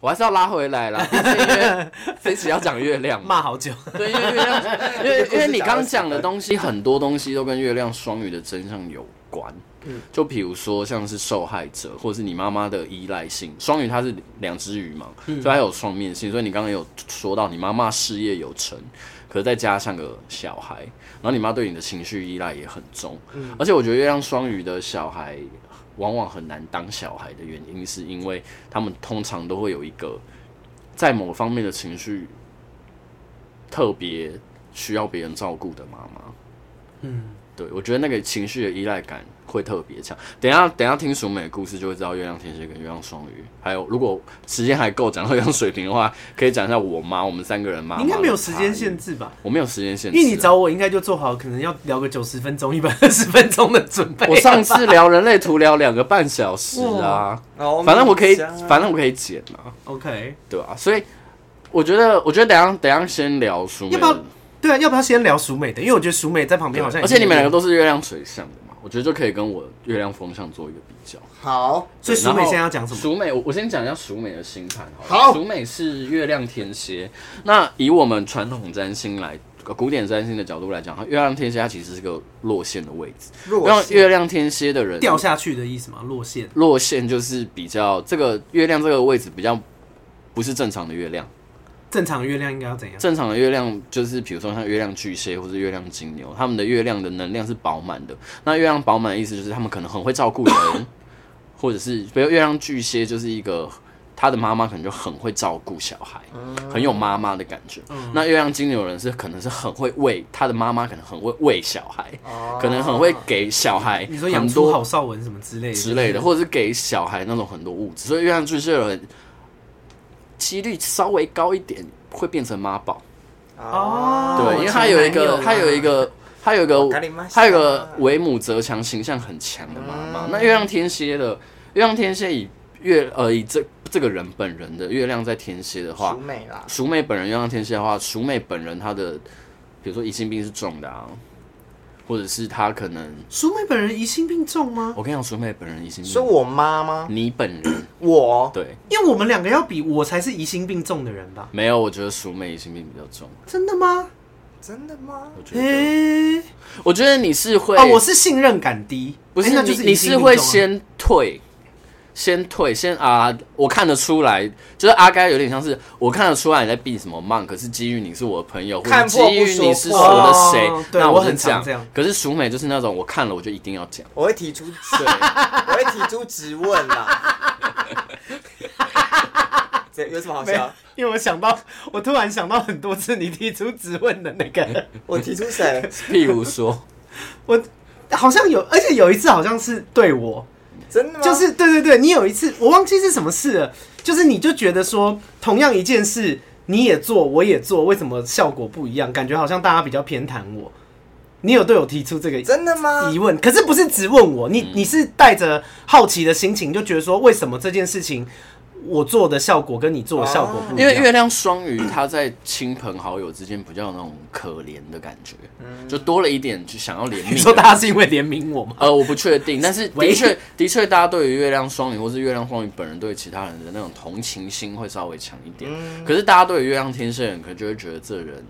我还是要拉回来啦，毕竟因 为这期要讲月亮嘛。骂 好久，对，因为月亮，因 为因为你刚讲的东西，很多东西都跟月亮双鱼的真相有关。就比如说像是受害者，或者是你妈妈的依赖性。双鱼它是两只鱼嘛，所以它有双面性。所以你刚刚有说到你妈妈事业有成，可是再加上个小孩，然后你妈对你的情绪依赖也很重。而且我觉得月亮双鱼的小孩往往很难当小孩的原因，是因为他们通常都会有一个在某方面的情绪特别需要别人照顾的妈妈。嗯，对，我觉得那个情绪的依赖感会特别强。等一下，等一下听熟美的故事就会知道月亮天蝎跟月亮双鱼，还有如果时间还够讲到月亮水瓶的话，可以讲一下我妈，我们三个人妈。你应该没有时间限，制吧？我没有时间限制啊，因为你找我应该就做好可能要聊个九十分钟、一百 二十分钟的准备。我上次聊人类图聊两个半小时啊，哦反正我可以，我们家反正我可以剪啊， OK，对吧、所以我觉得，我觉得等一下等一下先聊熟美要的，不要对啊，要不要先聊淑美的？因为我觉得淑美在旁边好像，而且你们两个，都是月亮水象的嘛，我觉得就可以跟我月亮风象做一个比较。好，所以淑然美后现在要讲什么？熟美，我我先讲一下熟美的星盘好了。好熟美是月亮天蝎。那以我们传统占星来，呃古典占星的角度来讲，它月亮天蝎它其实是个落线的位置。弱让势月亮天蝎的人掉下去的意思吗？落线。落线就是比较这个月亮这个位置比较不是正常的月亮。正常月亮应该要怎样？正常的月亮就是比如说像月亮巨蟹或是月亮金牛，他们的月亮的能量是饱满的。那月亮饱满的意思就是他们可能很会照顾 人，或者是比如月亮巨蟹就是一个他的妈妈可能就很会照顾小孩，嗯很有妈妈的感觉。那月亮金牛人是可能是很会喂他的妈妈，可能很会喂小孩，哦可能很会给小孩啊你说养很出多郝邵文什么之类的之类的，，或者是给小孩那种很多物质，所以月亮巨蟹的人几率稍微高一点，会变成妈宝。啊哦对，因为他有一个，他有一啊个，他有一わかり个ま，した他有一个为母则强形象很强的妈妈。嗯那月亮天蝎的，月亮天蝎以月呃以这这个人本人的月亮在天蝎的话淑，美啦，淑美本人月亮天蝎的话，淑美本人她的，比如说疑心病是重的啊，或者是她可能，淑美本人疑心病重吗？我跟你讲，淑美本人疑心是病，我妈吗？你本人我嗯对。因为我们两个要比，我才是疑心病重的人吧？没有，我觉得淑美疑心病比较重。真的吗？真的吗？我觉嗯得，诶、我觉得你是会，哦，我是信任感低，不是哎诶那你就是你疑心是病会重啊先退，先退，先啊，我看得出来，就是阿该有点像是我看得出来你在避什么忙，可是基于你是我的朋友，或者看破基不于说你是破我的谁，哦对那我就很常讲这样。可是淑美就是那种我看了我就一定要讲，我会提 出，对，我会提出质问啦。 这有什么好没有笑？因为我想到，我突然想到很多次你提出质问的那个，我提出谁？譬如 说，我好像有，而且有一次好像是对我，真的吗？就是对对对，你有一次我忘记是什么事了，就是你就觉得说同样一件事你也做我也做，为什么效果不一样？感觉好像大家比较偏袒我。你有对我提出这个真的吗？疑问，可是不是只问我，你你是带着好奇的心情，就觉得说为什么这件事情我做的效果跟你做的效果不一因嗯样？为月亮双鱼，它在亲朋好友之间比较有那种可怜的感觉，就多了一点就想要 怜悯。嗯你说大家是因为怜悯我吗？呃，我不确定，但 是唯的一确的确，大家对于月亮双鱼或是月亮双鱼本人对其他人的那种同情心会稍微强一点。嗯可是大家对于月亮天蝎人，可能就会觉得这人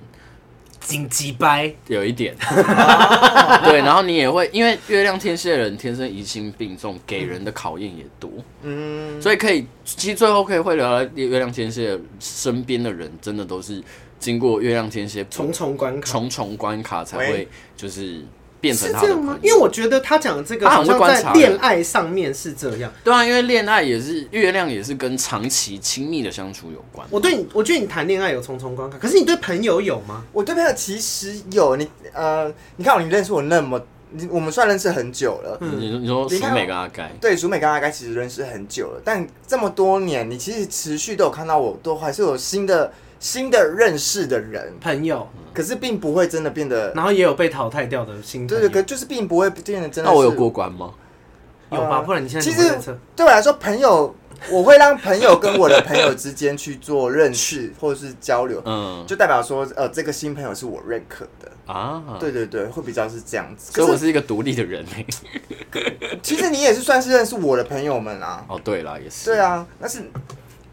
紧急掰，有一 点，哦 对，然后你也会因为月亮天蝎人天生疑心病重，给人的考验也多，嗯，所以可以其实最后可以会聊到月亮天蝎身边的人，真的都是经过月亮天蝎重重关卡重重关卡才喂会就是变成是他这的样朋吗友？。因为我觉得他讲的这个他好很会像观在察恋人爱上面是这样。对啊，因为恋爱也是月亮，也是跟长期亲密的相处有关。我对你，我觉得你谈恋爱有重重关卡，可是你对朋友有吗？我对朋友其实有你，呃，你看我，你认识我那么，你我们算认识很久了。你说你说嗯你淑看哦美跟阿该，对，竹美跟阿该其实认识很久了，但这么多年，你其实持续都有看到我，都还是有新的新的认识的人，朋友，可是并不会真的变得，然后也有被淘汰掉的新朋对友，对，可就是并不会变得真的。那我有过，关吗？有吧？呃不然你现在其怎么实认识？对我来说，朋友，我会让朋友跟我的朋友之间去做认识 或者是交流，嗯就代表说，呃，这个新朋友是我认可的。啊，，对对对，会比较是这样子。所以我可是是一个独立的人 欸其实你也是算是认识我的朋友们啊。啊哦，对啦，也是。对，啊，但是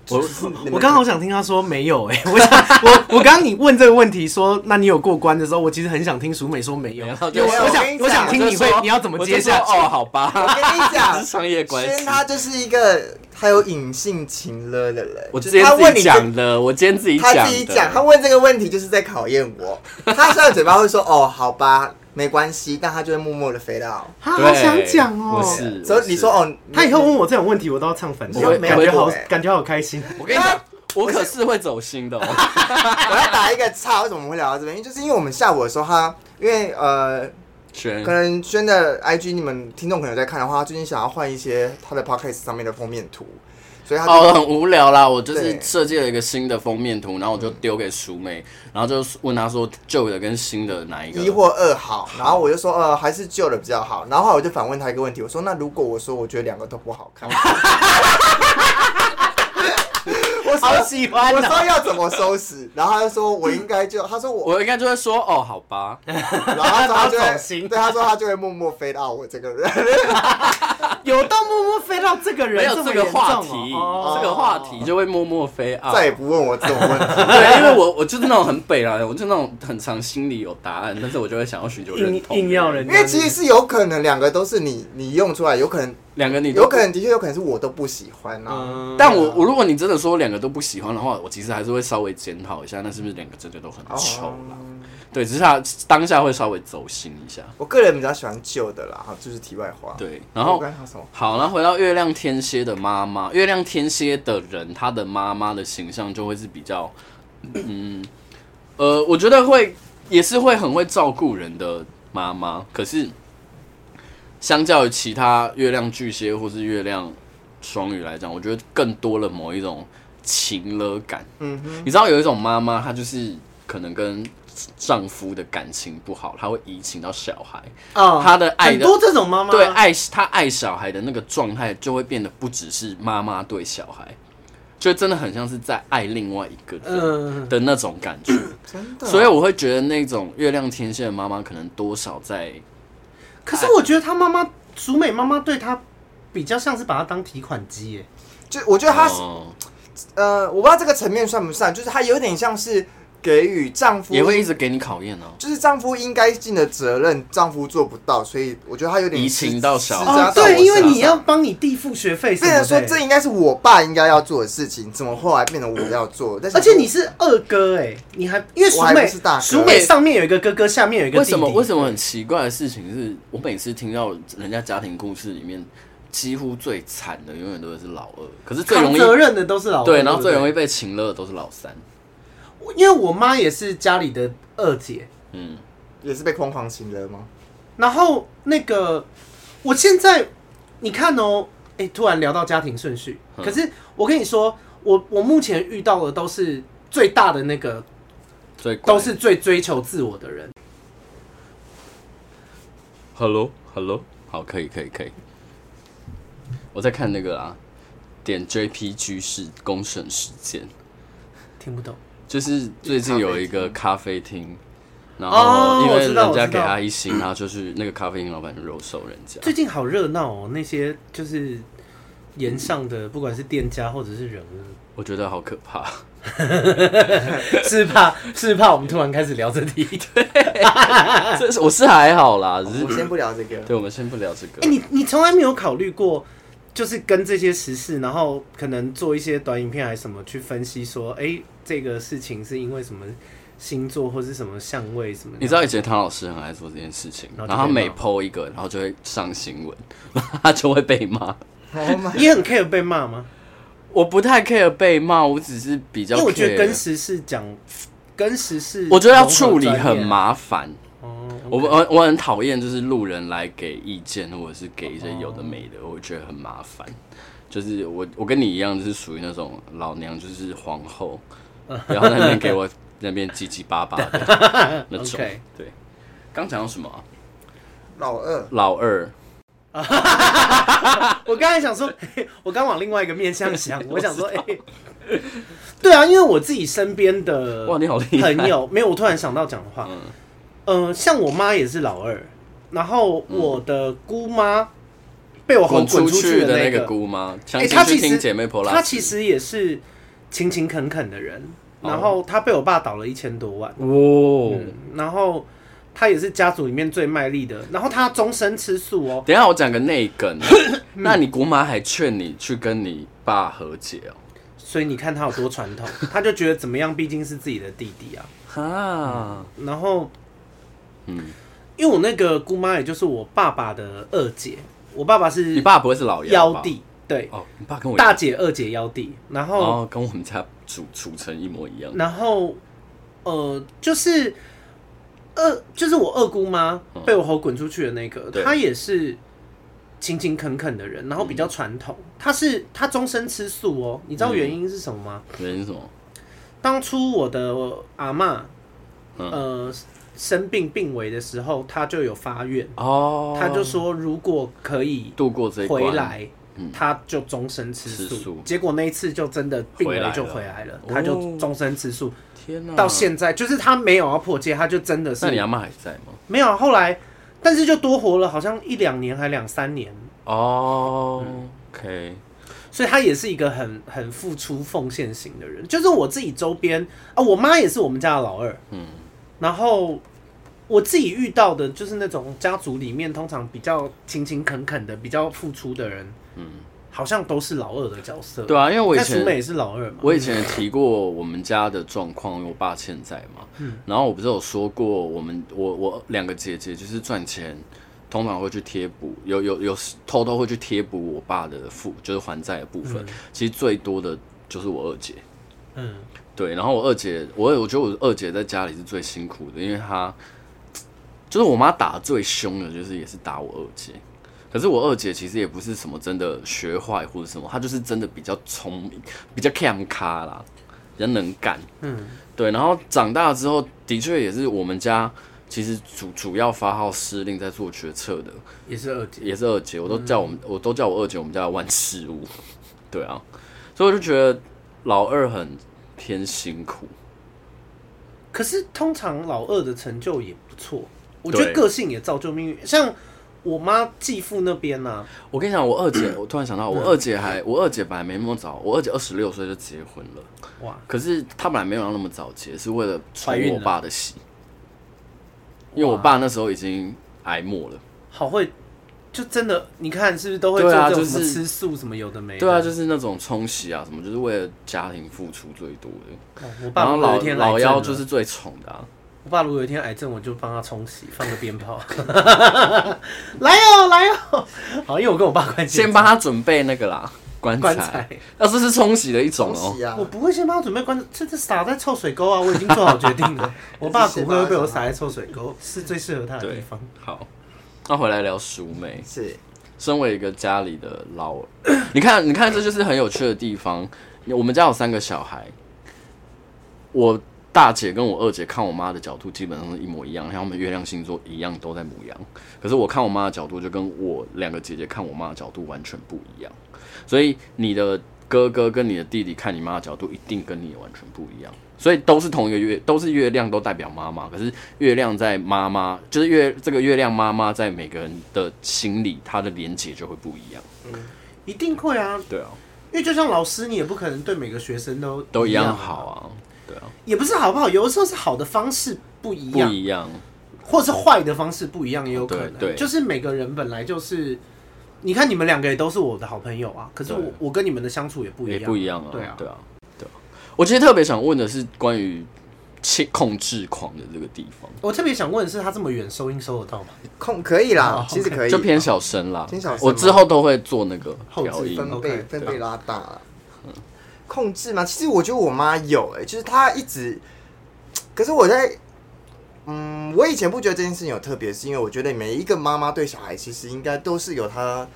我我我刚好想听他说没有哎、 我想我我刚刚你问这个问题说，那你有过关的时候，我其实很想听淑美说 没有，没有因为我我我跟想你我想讲听你我就会说你要怎么接我下就去说哦，好吧， 我跟你 这讲是，商业关系轩。他就是一个他有隐性情了的人，我就今天是他自问己你讲的，我今天自己这，他讲自己的讲，他问这个问题就是在考验我。他虽然嘴巴会说哦好吧，没关系，但他就会默默的飞到。啊，对好想讲哦、我是所以你说哦，他以后问我我这种问题，我都要唱反调我会，感我觉会好欸感觉好开心。我跟你讲，我可是会走心的、哦。 我要打一个叉，为什么我们会聊到这边？因为就是因为我们下午的时候，他因为呃全可能轩的 IG 你们听众朋友在看的话，他最近想要换一些他的 Podcast 上面的封面图，所以他就哦，很无聊啦。我就是对嗯设计了一个新的封面图，然后我就丢给淑美，然后就问她说旧的跟新的哪一个？一或二好，然后我就说呃还是旧的比较好，然后后来我就反问他一个问题，我说那如果我说我觉得两个都 不好看，我好说喜欢我哦、说要怎么收拾，然后他就说我应该就他说我，我应该就会说哦，好吧，然后他说他就他走会心对他说他就会默默飞到我这个人，有到默默飞到这个人没有这么个严重话哦题，哦这个话题就会默默飞啊。再也不问我这种问 题。对，因为我我就是那种很北啦，我就那种很常心里有答案，但是我就会想要寻求认硬同。硬要人因家，为其实是有可能两个都是你你用出来，有可能两个你都有可能的确有可能是我都不喜欢啊。嗯但我我如果你真的说两个都不喜欢的话，我其实还是会稍微检讨一下，那是不是两个真的都很哦丑啦？对，只是他当下会稍微走心一下。我个人比较喜欢旧的啦，好，就是题外话。，对，然后我刚才说什么？好，然后回到月亮天蝎的妈妈，月亮天蝎的人，他的妈妈的形象就会是比较，嗯，呃，我觉得会也是会很会照顾人的妈妈，可是相较于其他月亮巨蟹或是月亮双鱼来讲，我觉得更多了某一种情了感。嗯哼，你知道有一种妈妈，她就是可能跟丈夫的感情不好，她会移情到小孩，哦她的爱很的多这种妈妈对爱他爱小孩的那个状态，就会变得不只是妈妈对小孩，就真的很像是在爱另外一个人嗯，的那种感觉。真的。啊所以我会觉得那种月亮天蝎的妈妈，可能多少在可是我觉得他妈妈淑美妈妈对他比较像是把他当提款机耶，就我觉得他是、哦呃，我不知道这个层面算不算，就是他有点像是给予丈夫也会一直给你考验哦。就是丈夫应该尽的责任，丈夫做不到，所以我觉得他有点移情到小孩施加哦到我对，因为身上你要帮你弟付学费什变么成说的这耶，应该是我爸应该要做的事情，怎么后来变成我要做？但是而且你是二哥哎，你还因为淑我还美不是大哥淑美上面有一个哥哥，下面有一个为弟弟，什么？为什么？么很奇怪的事情是我每次听到人家家庭故事里面，几乎最惨的永远都是老二，可是最容扛易责任的都是老二对，然后不最容易被情勒的都是老三。因为我妈也是家里的二姐，嗯，也是被疯狂情了吗？然后那个我现在你看哦，哎、突然聊到家庭顺序，嗯可是我跟你说，我我目前遇到的都是最大的那个，最乖都是最追求自我的人。 Hello，Hello，好，可以，可以，可以。我在看那个啊，点 JPG 是公审事件，听不懂，就是最近有一个咖啡厅，然哦后因我为知道人我家知给道他一星，然后就是那个咖啡厅老板就肉收人家。最近好热闹哦，那些就是沿上的，不管是店家或者是人物，我觉得好可怕。是怕是怕我们突然开始聊这题。对，这是我是还好啦，只我是先不聊这个，对，我们先不聊这哎、个。你你从来没有考虑过，就是跟这些时事，然后可能做一些短影片还是什么去分析说，哎、这个事情是因为什么星座或是什么相位什么的？你知道以前唐老师很爱做这件事情，然后然就被后他每骂 PO 一个，然后就会上新闻， 然后他就会被骂。我妈你很 care 被骂吗？我不太 care 被骂，我只是比较因 care。为我觉得跟时事讲，跟时事我觉得要融合处理专业啊很。麻烦。哦，我我我很讨厌就是路人来给意见，或者是给一些有哦的没的，我觉得很麻烦。就是我我跟你一样，就是属于那种老娘就是皇 后，然后在那边给我那边叽叽巴巴的 那种 OK。对，刚讲到什么啊、 老二，老二， 我刚才想 说，嘿我刚往另外一个面向想，我想说，哎、对啊，因为我自己身边 的哇，你好厉害！朋友，没有，我突然想到讲的话，嗯、呃，像我妈也是老二，然后我的姑妈被我吼滚哦滚出出去的的那个个，姑妈，哎、强行她去其听实姐妹婆拉，她其实也是勤勤恳恳的人，嗯然后他被我爸倒了一千多万，哦，然后他也是家族里面最卖力的，然后他终身吃素哦。等一下我讲个内梗，啊 那你姑妈还劝你去跟你爸和解哦？所以你看他有多传 统，他就觉得怎么样，毕竟是自己的弟弟啊。哈，然后，嗯，因为我那个姑妈也就是我爸爸的二姐，我爸爸你是爸不会是老幺幺吧？弟，对，哦，你爸跟我大姐、二姐、幺弟。然后，哦，跟我们家组组成一模一样。然后，呃，就是二，就是我二姑妈被我吼滚出去的那个，嗯对她也是勤勤恳恳的人，然后比嗯较传统。她是她终身吃素哦，你知道原因是什么吗？原因是什么？当初我的阿嬷嗯呃，生病病危的时候，她就有发愿，哦，她就说如果可以度过这一关回，来嗯。她就终身吃吃素素，结果那一次就真的病回来危了就回来了哦，她就终身吃素，天哪、到现在就是她没有要破戒，她就真的是那你阿妈还在吗？没有。后来，但是就多活了好像一两年还两三年，哦、o 嗯 k 所以她也是一个很很付出奉献型的人。就是我自己周边啊，我妈也是我们家的老二，嗯，然后我自己遇到的就是那种家族里面通常比较勤勤恳恳的、比较付出的人，嗯，好像都是老二的角色。对啊，因为我以那淑美前也是老二嘛，我以前也提过我们家的状况，因为我爸欠债嘛，嗯然后我不是有说过我们我我两个姐姐就是赚钱。通常会去贴补，有有有偷偷会去贴补我爸的负，就是还债的部分。其实最多的就是我二姐，嗯，对，然后我二姐，我我觉得我二姐在家里是最辛苦的，因为她就是我妈打得最凶的，就是也是打我二姐。可是我二姐其实也不是什么真的学坏或者什么，她就是真的比较聪明，比较 cam 咖啦，比较能干。嗯，对。然后长大之后，的确也是我们家其实主主要发号施令在做决策的，也是二姐，也是二姐，我都叫我们，嗯我都叫我二姐，我们家的万事屋。 对啊，所以我就觉得老二很偏辛苦。可是通常老二的成就也不错，我觉得对个性也造就命运。像我妈继父那边啊呢、我跟你讲，我二 姐，我突然想到，我二姐还，我二姐本来没那么早，我二姐二十六岁就结婚了，哇，可是她本来没有要那么早结，是为了冲怀孕我了爸的喜，因为我爸那时候已经癌末了。好会，就真的你看是不是都会做对啊这种就什么是吃素什么有的没的？对啊，就是那种冲洗啊什么，就是为了家庭付出最多的。哦我爸然后如果有老一天癌老症幺了就是最宠的、啊，我爸如果有一天癌症，我就帮他冲洗，放个鞭炮，来哦来哦，好，因为我跟我爸关系先帮他准备那个啦棺棺材材，，那这是冲洗的一种恭哦。喜啊我！不会先帮他准备棺材，这这撒在臭水沟啊，我已经做好决定了，我爸骨灰会被我撒在臭水沟，是最适合他的地对方。，好，那回来聊淑美。是身为一个家里的老， 你看，你看，这就是很有趣的地方。我们家有三个小孩，我大姐跟我二姐看我妈的角度基本上是一模一样，像我们月亮星座一样都在母羊。可是我看我妈的角度就跟我两个姐姐看我妈的角度完全不一样，所以你的哥哥跟你的弟弟看你妈的角度一定跟你完全不一样。所以都是同一个月，都是月亮，都代表妈妈。可是月亮在妈妈，就是月这个月亮妈妈在每个人的心里，她的连结就会不一样。一定会啊，对啊，因为就像老师，你也不可能对每个学生都都一一样样啊好，啊，对啊，也不是好不好，有的时候是好的方式不一不样，一样，或是坏的方式不一样也有可能。对对就是每个人本来就是，你看你们两个也都是我的好朋友啊，可是我对我跟你们的相处也不一也样，不一样啊，对啊，对啊，对啊。我其实特别想问的是关于控控制狂的这个地方，我特别想问的是，他这么远收音收得到吗？控可以好啦，其实可以，哦就偏小声啦偏小，声我之后都会做那个后调置音，分 OK，贝分对贝拉大了。控制吗？其实我觉得我妈有哎、就是她一直，可是我在，嗯，我以前不觉得这件事情有特别，是因为我觉得每一个妈妈对小孩其实应该都是有她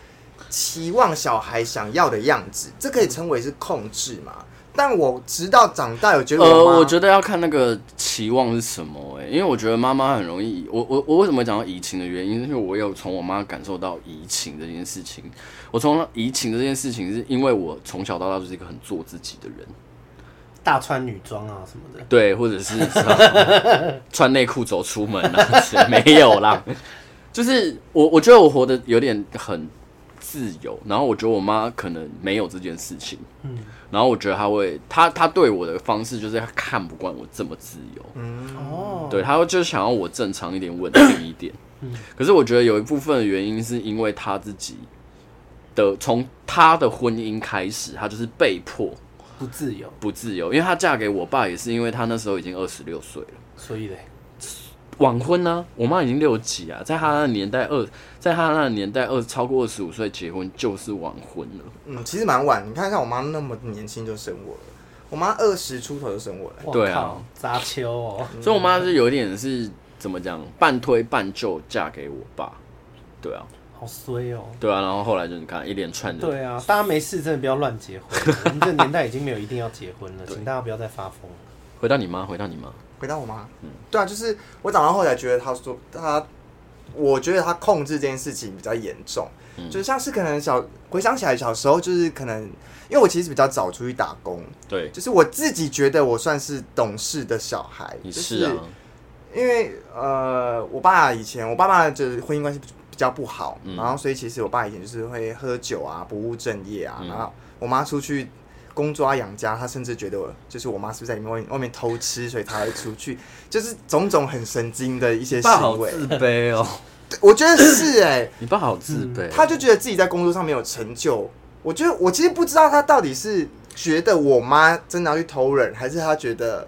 期望小孩想要的样子，这可以称为是控制嘛。但我直到长大，有觉得呃，我我妈觉得要看那个期望是什么哎、因为我觉得妈妈很容易，我我我为什么讲到移情的原因，是因为我有从我妈感受到移情这件事情。我从移情这件事情，是因为我从小到大就是一个很做自己的人，大穿女装啊什么的，对，或者是知道穿内裤走出 门啊，是没有啦，就是我我觉得我活得有点很自由，然后我觉得我妈可能没有这件事情，嗯，然后我觉得她会，她她对我的方式就是她看不惯我这么自由，哦，嗯对，她就想要我正常一点，稳定一点嗯。可是我觉得有一部分的原因是因为她自己的从她的婚姻开始，她就是被迫不自由，不自由，因为她嫁给我爸也是因为她那时候已经二十六岁了。所以嘞，晚婚呢、我妈已经六几啊，在她那个年代二，在她那个年代二超过二十五岁结婚就是晚婚了。嗯，其实蛮晚。你看看我妈那么年轻就生我了，我妈二十出头就生我了。哇对啊靠，杂秋哦，所以我妈是有点是怎么讲，半推半就嫁给我爸。对啊，好衰哦。对啊，然后后来就你看一连串的，对啊，大家没事真的不要乱结婚，啊我们这个年代已经没有一定要结婚了，请大家不要再发疯。回到你妈，回到你妈，回答我妈，嗯对啊，就是我长大后才觉得她说她，我觉得她控制这件事情比较严重，嗯就是像是可能小回想起来小时候，就是可能因为我其实比较早出去打工，对，就是我自己觉得我算是懂事的小孩，你就是啊，因为呃，我爸以前我爸爸就是婚姻关系比较不好，嗯然后所以其实我爸以前就是会喝酒啊，不务正业啊，嗯然后我妈出去工作啊养家，他甚至觉得我就是我妈是不是在里面外面外面偷吃，所以他会出去，就是种种很神经的一些行为。卑 哦，对我觉得是哎、你爸好自嗯卑，他就觉得自己在工作上没有成就。我觉得我其实不知道他到底是觉得我妈真的要去偷人，还是他觉得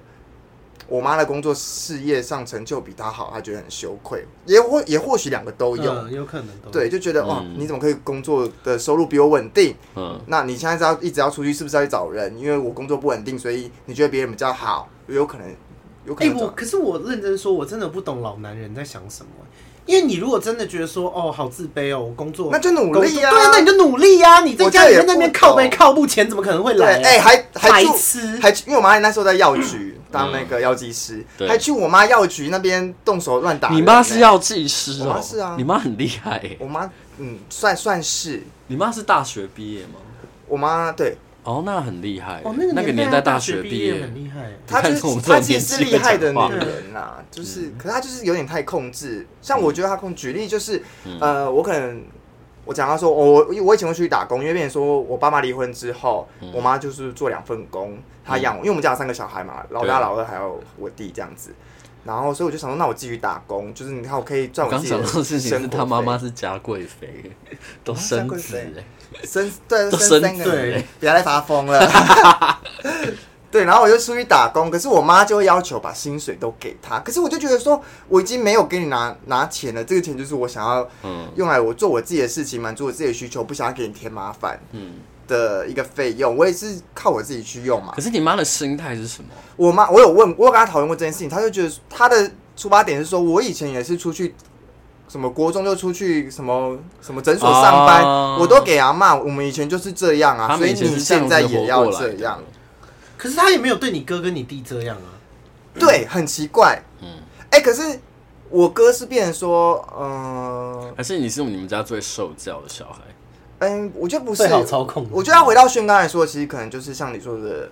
我妈的工作事业上成就比他好，他觉得很羞愧。也或也或许两个都哦有，嗯有可能都对，，就觉得哇、嗯你怎么可以工作的收入比我稳定？嗯，那你现在是要一直要出去，是不是要去找人？因为我工作不稳定，所以你觉得别人比较好，有可能，有可哎、能找。我可是我认真说，我真的不懂老男人在想什么。因为你如果真的觉得说，哦，好自卑哦，我工作那就努力呀工作对，那你就努力呀、你在我家这里也面那边不靠背懂靠步，钱怎么可能会对，来、啊？哎、还还白住痴，还去，因为我妈那时候在药局当那个药剂师，嗯对还去我妈药局那边动手乱打人欸你呢。妈是药剂师我哦妈是啊，你妈很厉害耶，我妈，嗯，算算是你妈是大学毕业吗？我妈，对哦，那很厉害耶，哦，那个个年代大学毕业很厉害。她就你看从我是这种她其实是厉害的年纪会女讲话嗯人啦、就是，可是她就是有点太控制。像我觉得她控，举例就是嗯，呃，我可能我讲到说，我我我以前会出去打工，因为别人说我爸妈离婚之后，嗯我妈就是做两份工，她养我，因为我们家有三个小孩嘛，老大、对老二还有我弟这样子。然后，所以我就想说，那我继续打工，就是你看，我可以赚我我自刚想己的到的事情是生活他妈费妈是嘉贵 妃，都哦生子哎，生对都生生三个子人了，不要再发疯 了。对，然后我就出去打工，可是我妈就会要求把薪水都给她，可是我就觉得说我已经没有给你拿拿钱了，这个钱就是我想要嗯用来我做我自己的事情，满足我自己的需求，不想要给你添麻烦嗯。的一个费用，我也是靠我自己去用嘛可。是你妈的心态是什么？我妈，我有问，我有跟她讨论过这件事情，她就觉得她的出发点是说，我以前也是出去什么国中就出去什么什么诊所上班，哦我都给阿妈，我们以前就是这样啊，他所们以以前你是这样现子在也活要过来这的样，可是他也没有对你哥跟你弟这样啊。对，很奇怪。嗯，哎、可是我哥是变成说，嗯、还是你是你们家最受教的小孩？嗯，我觉得不是最好操控的我觉得要回到轩刚才说的，其实可能就是像你说的，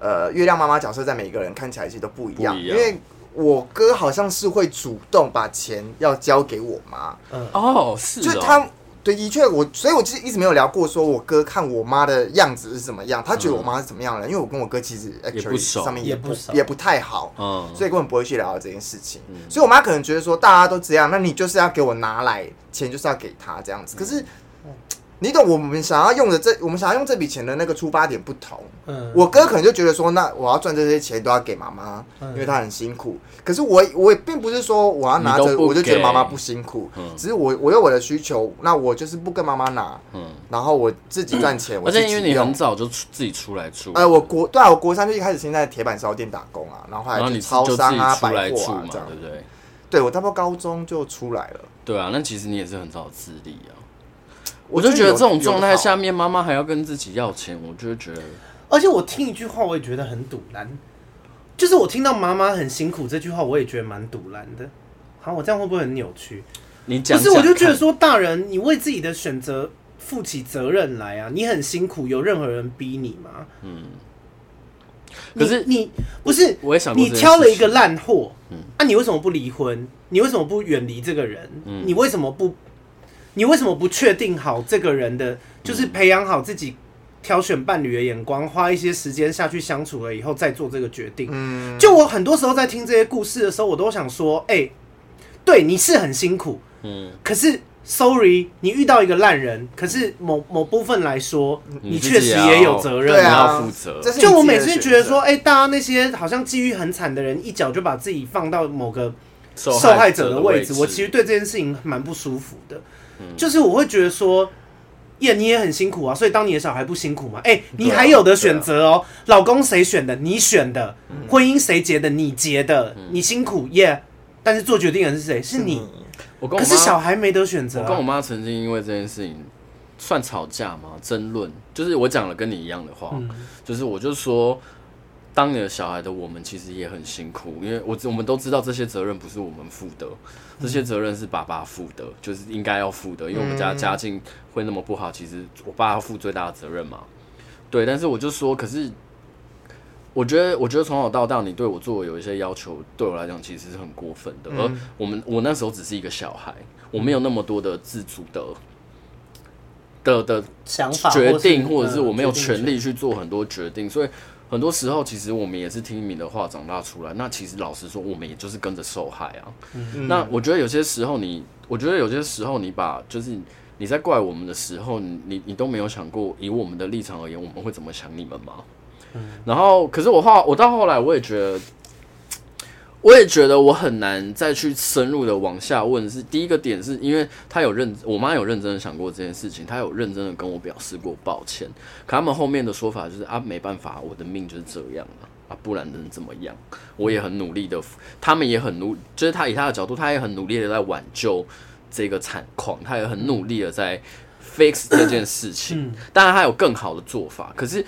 呃，月亮妈妈角色在每一个人看起来其实都不一样，不一样因为我哥好像是会主动把钱要交给我妈，嗯，哦，是就哦他。对，的确，我所以，我其实一直没有聊过，说我哥看我妈的样子是怎么样，他觉得我妈是怎么样的人，因为我跟我哥其实嗯不 actually 熟上面也不不熟也不太好，嗯，所以根本不会去聊到这件事情。所以我妈可能觉得说大家都这样，那你就是要给我拿来钱，就是要给他这样子。可是嗯你懂我们想要用的这，我们想要用这笔钱的那个出发点不同。嗯我哥可能就觉得说，那我要赚这些钱都要给妈妈，嗯因为她很辛苦。可是我我也并不是说我要拿你着都不我就觉得给妈妈不辛苦嗯，只是我我有我的需求，那我就是不跟妈妈拿，嗯，然后我自己赚钱，我而自且己因为你用很。早就出自己出来住，呃，我国对啊，我国三就一开始先在铁板烧店打工啊，然后后然后来你去自超就自商己啊、出来百住货啊嘛，这样对。不对？对我差不多高中就出来了，对啊，那其实你也是很早自立啊。我我就觉得有这种状态，有下面，妈妈还要跟自己要钱，我就觉得而且我听一句话，我也觉得很堵然，就是我听到妈妈很辛苦这句话，我也觉得蛮堵然的。好，我这样会不会很扭曲？你讲不讲，是，我就觉得，说，大人，你为自己的选择负起责任来啊！你很辛苦，有任何人逼你吗？嗯可是你你不是，我也想过你这件挑了一事个情嗯烂嗯货，啊，你为什么不离婚？你为什么不远离这个人？你为什么不你为什么不确定好这个人的，就是培养好自己挑选伴侣的眼光，花一些时间下去相处了以后再做这个决定？嗯，就我很多时候在听这些故事的时候，我都想说，哎、对你是很辛苦，嗯，可是 sorry，你遇到一个烂人，可是某某部分来说，你自确己实要也有责任对你啊要负责。这是就你我自己每的次选觉得择说，哎、大家那些好像际遇很惨的人，一脚就把自己放到某个受受害者的的位置，我其其实对这件事情蛮不舒服的。就是我会觉得说，耶，你也很辛苦啊，所以当你的小孩不辛苦吗？哎、你对啊还有的选择哦、老公谁选的？你选的，嗯婚姻谁结的？你结的，你辛苦耶。但是做决定的人是谁？是你。我跟可我是妈小孩没得选择我啊、跟我妈曾经因为这件事情算吵架嘛，争论，就是我讲了跟你一样的话，嗯就是我就说，当你的小孩的我们其实也很辛苦，因为我我们都知道这些责任不是我们负的，这些责任是爸爸负的，就是应该要负的，因为我们家家境会那么不好，其实我爸要负最大的责任嘛。对，但是我就说，可是我觉得，我觉得从小到大，你对我做有一些要求，对我来讲其实是很过分的。而我们，我那时候只是一个小孩，我没有那么多的自主的的的想法决是定，或者是嗯我没有决定权利去做很多决定，所以很多时候其实我们也是听你的话长大出来。那其实老实说，我们也就是跟着受害啊。嗯那我觉得有些时候你，我觉得有些时候你把就是你在怪我们的时候，你你你都没有想过，以我们的立场而言，我们会怎么想你们吗？嗯然后，可是我后我到后来，我也觉得。我也觉得我很难再去深入的往下问是，第一个点是因为他有认，我妈有认真的想过这件事情，她有认真的跟我表示过抱歉。可他们后面的说法就是啊，没办法，我的命就是这样啊，啊，不然能怎么样？我也很努力的，他们也很努，就是他以他的角度，他也很努力的在挽救这个惨况，他也很努力的在 fix 这件事情。当然，他有更好的做法，可是。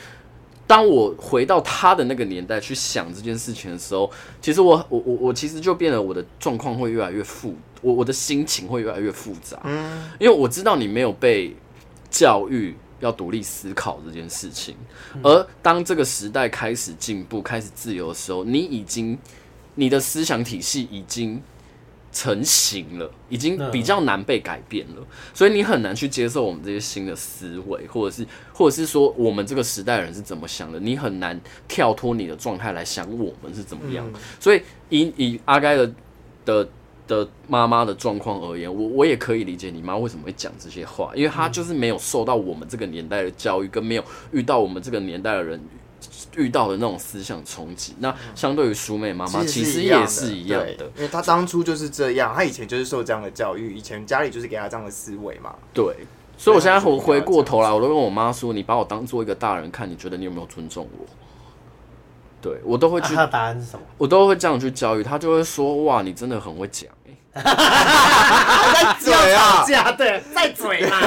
当我回到他的那个年代去想这件事情的时候，其实我我我我其实就变得我的状况会越来越复，我我的心情会越来越复杂，因为我知道你没有被教育要独立思考这件事情，而当这个时代开始进步、开始自由的时候，你已经你的思想体系已经成型了，已经比较难被改变了，所以你很难去接受我们这些新的思维，或者是或者是说我们这个时代人是怎么想的，你很难跳脱你的状态来想我们是怎么样。所以以以阿该的的的妈妈的状况而言，我我也可以理解你妈为什么会讲这些话，因为她就是没有受到我们这个年代的教育，跟没有遇到我们这个年代的人遇到的那种思想冲击。那相对于淑美妈妈，其实一样也的是一样对的，因为他当初就是这样，他以前就是受这样的教育，以前家里就是给他这样的思维嘛。对。所以，我现在所以回她就是回过头来，这样我都跟我妈说：“你把我当做一个大人看，你觉得你有没有尊重我？”对我都会啊去他的答案是什么？我都会这样去教育他，就会说哇，你真的很会讲、欸，嘴啊吵，架对，在嘴 嘛。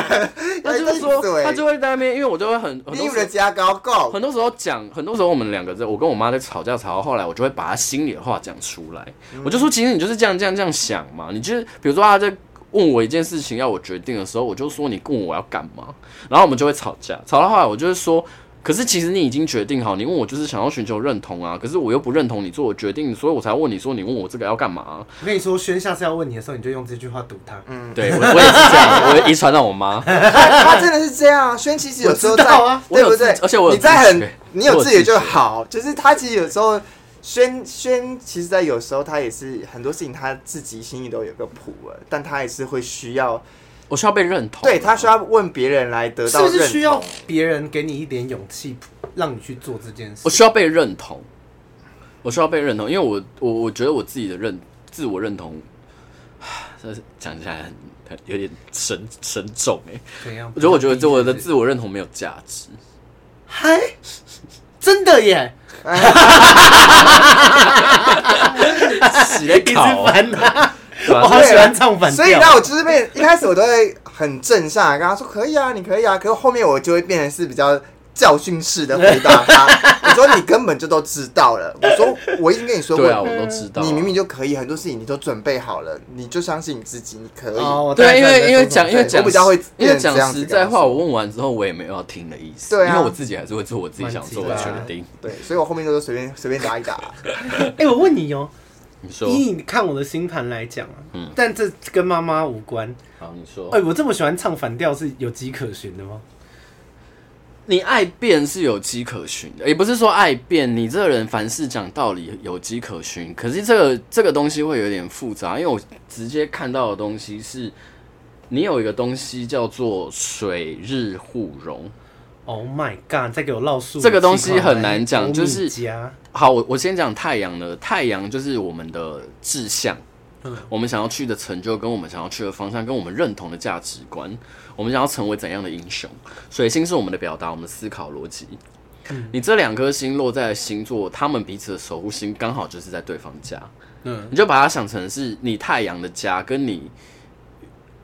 他就会说，对他就会在那边，因为我就会很很你多有时的候加高够，很多时候讲，很多时候我们两个在，我跟我妈在吵架吵到后来，我就会把她心里的话讲出来，我就说其实你就是这样这样这样想嘛，你就是比如说她在。问我一件事情要我决定的时候，我就说你问我要干嘛，然后我们就会吵架，吵到后来我就会说，可是其实你已经决定好，你问我就是想要寻求认同啊，可是我又不认同你做我决定，所以我才问你说你问我这个要干嘛啊、我跟你说，轩下次要问你的时候，你就用这句话堵他。对我我也是这样，我遗传到我妈。 他真的是这样。轩其实有时候在我知道啊，对不我对有？自而且我有你在自很觉，你有自己就好。就是他其实有时候，轩轩其实，在有时候他也是很多事情他自己心里都有个谱了，但他也是会需要，我需要被认同。啊对他需要问别人来得是到不认是同。需要别人给你一点勇气，让你去做这件事？我需要被认同，我需要被认同，因为我我我觉得我自己的认自我认同， 这是讲起来很很有点沉沉重哎、怎样？我觉得我觉得我的字自我认同没有价值， 嗨，真的耶！洗了考啊，烦他，对我吧？好喜欢唱反调所以那我就是被一开始我都会很正向地跟他说可以啊，你可以啊，可是后面我就会变成是比较教训式的回答他。 我说你根本就都知道了，我说我已经跟你说过，对啊，我都知道啊。你明明就可以，很多事情你都准备好了，你就相信你自己，你可 以。哦，我大概对，因知道为你因为讲因为在说什么对讲我比较会因为变成这讲样子实跟在他话，说我问完之后我也没有要听的意思，对啊因为我自己还是会做我自己想做的蛮决自然定。对，所以我后面都是随便随便打一打。哎、我问你哦、你说，以你看我的星盘来讲啊，嗯但这跟妈妈无关。好，你说哎、，我这么喜欢唱反调是有迹可循的吗？你爱变是有迹可循的，也不是说爱变，你这个人凡事讲道理有迹可循。可是这个这个东西会有点复杂，因为我直接看到的东西是，你有一个东西叫做水日互融。 Oh my god！再给我绕数，这个东西很难讲欧米就是加好，我我先讲太阳呢，太阳就是我们的志向，我们想要去的成就，跟我们想要去的方向，跟我们认同的价值观，我们想要成为怎样的英雄。水星是我们的表达，我们的思考逻辑。你这两颗星落在星座，他们彼此的守护星刚好就是在对方家，嗯，你就把它想成是你太阳的家跟你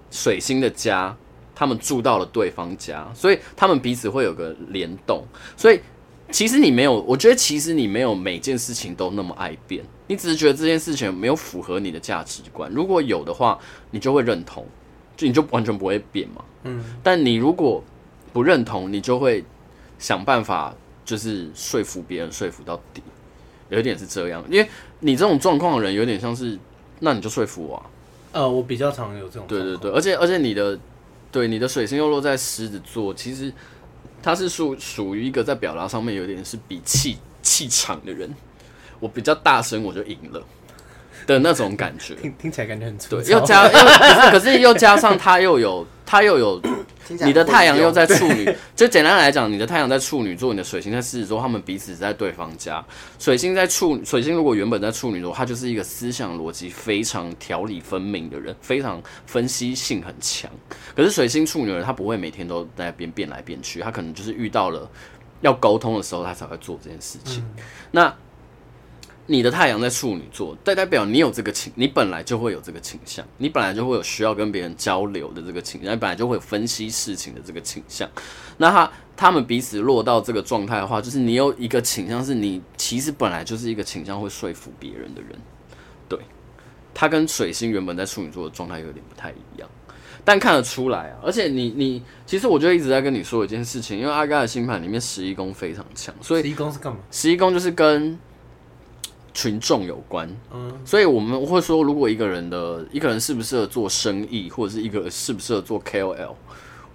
水星的家，他们住到了对方家，所以他们彼此会有个联动。所以其实你没有，我觉得其实你没有每件事情都那么爱变，你只是觉得这件事情没有符合你的价值观。如果有的话，你就会认同，就你就完全不会变嘛。嗯，但你如果不认同，你就会想办法就是说服别人，说服到底，有一点是这样。因为你这种状况的人，有点像是，那你就说服我、啊。呃，我比较常有这种，对对，对，而且而且你的对你的水星又落在狮子座，其实他是属属于一个在表达上面有点是比气气场的人，我比较大声我就赢了的那种感觉。听听起来感觉很粗对，糙又加又可是可是又加上他又有他又有听起来你的很太阳混又淆在处女，就简单来讲，你的太阳在处女座，你的水星在狮子座，他们彼此在对方家。水星在处，水星如果原本在处女座，他就是一个思想逻辑非常条理分明的人，非常分析性很强。可是水星处女的人，他不会每天都在那边变来变去，他可能就是遇到了要沟通的时候，他才会做这件事情。那你的太阳在处女座，代代表你有这个倾，你本来就会有这个倾向，你本来就会有需要跟别人交流的这个倾向，你本来就会有分析事情的这个倾向。那他他们彼此落到这个状态的话，就是你有一个倾向，是你其实本来就是一个倾向会说服别人的人。对，他跟水星原本在处女座的状态有点不太一样，但看得出来啊。而且你你，其实我就一直在跟你说一件事情，因为阿嘎的星盘里面十一宫非常强，所以十一宫是干嘛？十一宫就是跟群众有关，嗯，所以我们会说，如果一个人的一个人适不适合做生意，或者是一个适不适合做 KOL，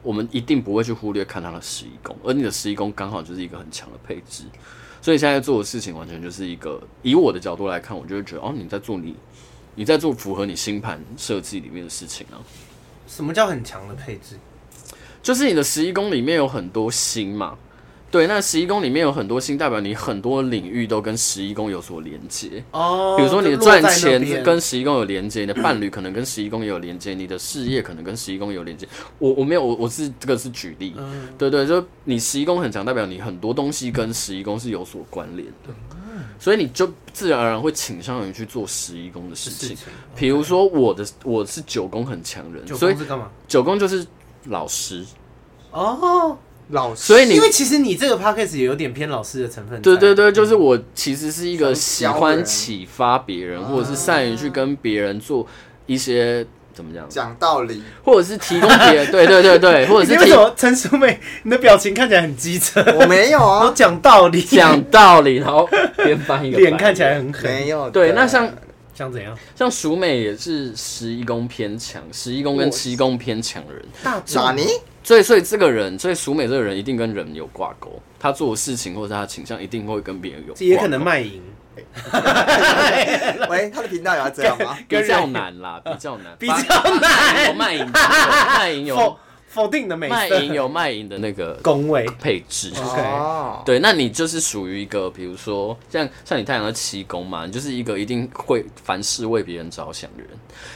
我们一定不会去忽略看他的十一宫，而你的十一宫刚好就是一个很强的配置，所以现在做的事情完全就是一个，以我的角度来看，我就会觉得哦，你在做你你在做符合你星盘设计里面的事情啊，什么叫很强的配置？就是你的十一宫里面有很多星嘛，对，那十一宫里面有很多星，代表你很多领域都跟十一宫有所连接。哦，比如说你的就落在赚那钱边跟十一宫有连接，你的伴侣可能跟十一宫也有连接，你的事业可能跟十一宫有连接。我我没有，我我是这个是举例，嗯对对，就是你十一宫很强，代表你很多东西跟十一宫是有所关联的，嗯所以你就自然而然会倾向于去做十一宫的事事情情。，比如说我的我是九宫很强人，九所以宫是干嘛？九宫就是老师，哦，老师，所以你因为其实你这个 podcast 也有点偏老师的成分在。对对对，就是我其实是一个喜想教欢人启发别人，或者是善于去跟别人做一些怎么讲，讲道理，或者是提供别人，对对对对，或者 是你为提什么陈淑美你的表情看起来很 机车？我没有然后啊，讲道理，讲道理，然后边翻一个白眼脸看起来很狠，没有的。对。那像像怎样？像淑美也是十一宫偏强，十一宫跟七宫偏强的人，大傻尼，所以所以这个人，所以淑美这个人一定跟人有挂钩，他做的事情或者他的倾向一定会跟别人有挂钩，也可能卖淫， 喂，他的频道有要这样 吗？比较难啦， 比较难，比较难有卖淫的，卖 淫 有否否定的美卖色淫有卖淫的那个恭维，配置。哦 OK 哦，对，那你就是属于一个，比如说像像你太阳的七宫嘛，你就是一个一定会凡事为别人着想的人。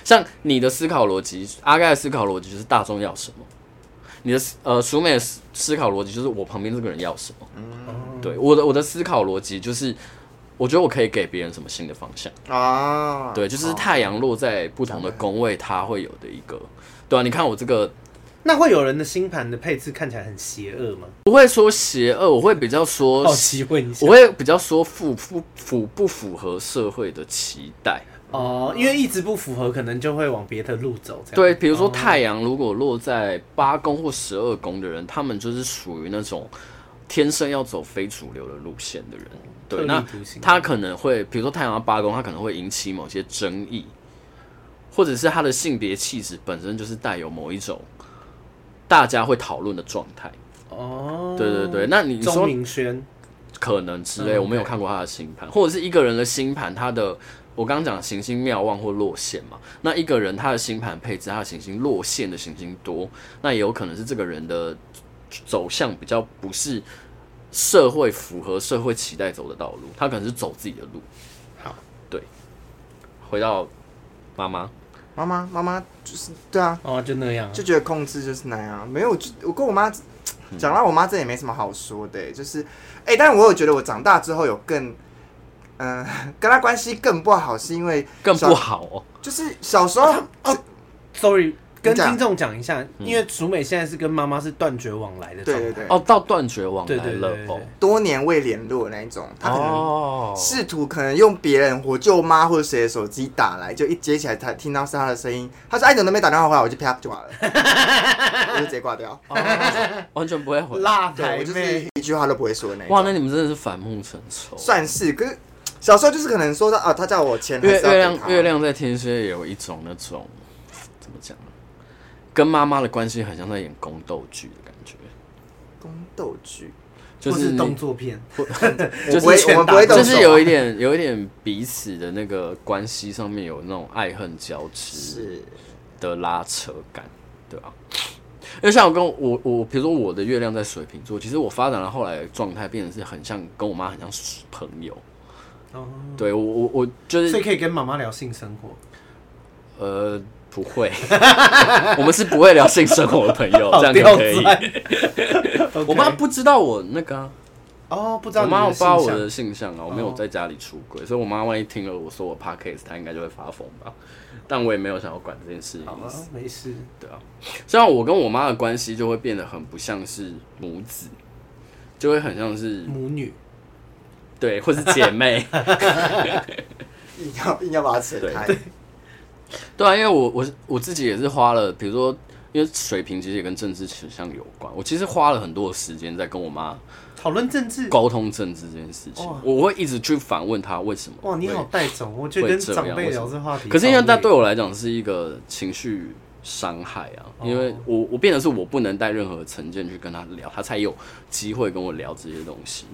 像你的思考逻辑，阿盖的思考逻辑就是大众要什么，你的思呃淑美的思思考逻辑就是我旁边这个人要什么。对，我的我的思考逻辑就是，我觉得我可以给别人什么新的方向。啊，对，哦就是太阳落在不同的宫位，它会有的一个。对啊，你看我这个那会有人的星盘的配置看起来很邪恶吗？不会说邪恶，我会比较说好奇问一下我。会比较说符符符不符合社会的期待。哦，因为一直不符合，可能就会往别的路走。这样对，，比如说太阳如果落在八宫或十二宫的人，他们就是属于那种天生要走非主流的路线的人。特对，立那独行他可能会，比如说太阳要八宫，他可能会引起某些争议，或者是他的性别气质本身就是带有某一种大家会讨论的状态。哦，对对对，那你钟说明轩可能之类，嗯我没有看过他的星盘，或者是一个人的星盘，他的我刚刚讲行星妙望或落陷嘛，那一个人他的星盘配置，他的行星落陷的行星多，那也有可能是这个人的走向比较不是社会符合社会期待走的道路，他可能是走自己的路。好，对，回到妈妈，妈妈妈妈就是对啊，哦，就那样啊，就觉得控制就是那样，啊没有，就我跟我妈讲到我妈这也没什么好说的、就是，哎、但我有觉得我长大之后有更，嗯、 跟她关系更不好，是因为更小不好哦。就是小时候，啊哦 sorry，跟你讲听众讲一下，嗯因为楚美现在是跟妈妈是断绝往来的状对态，对对，哦，到断绝往对来哎对对了对哦对。多年未联络那一种，她可能哦，试图可能用别人我舅妈或者谁的手机打来，就一接起来，她听到是她的声音，她说哎，你怎么没打电话回来？我就啪就挂了，我就直接挂掉， 完全不会回。辣对台我就是妹，一句话都不会说的那一种哇，那你们真的是反目成仇。算是，可是小时候就是可能说到啊，他叫我钱，还月是要月给亮他月亮在天蝎也有一种那种怎么讲呢？跟妈妈的关系很像在演宫斗剧的感觉，宫斗剧，就或是动你作片，就我不会是，我拳们打不会动就手，是有一点有一点彼此的那个关系上面有那种爱恨交织是的拉扯感，对吧、因为像我跟我我我，比如说我的月亮在水瓶座，其实我发展到后来的状态变得是很像跟我妈很像朋友，哦，对我我我就是所以可以跟妈妈聊性生活，呃，不 会，我们是不会聊性生活的朋友，哦这样就可以。 我 我妈不知道我那个啊、哦，不知道我你的妈不知道我性的向性向啊，我没有在家里出轨，所以我妈万一听了我说我 podcast，她应该就会发疯吧。但我也没有想要管这件事情好，啊了，没事，对啊。虽然我跟我妈的关系就会变得很不像是母子，就会很像是母女对，或是姐妹， 硬要硬要把它扯开，对啊，因为我我我自己也是花了，比如说，因为水平其实也跟政治取向有关，我其实花了很多的时间在跟我妈讨论政治，沟通政治这件事情哇，我会一直去反问他为什么。哇，你好带种，我觉得会跟这长样辈为什聊么这话题超累，可是因为那对我来讲是一个情绪伤害啊，哦因为我我变得是我不能带任何成见去跟他聊，他才有机会跟我聊这些东西，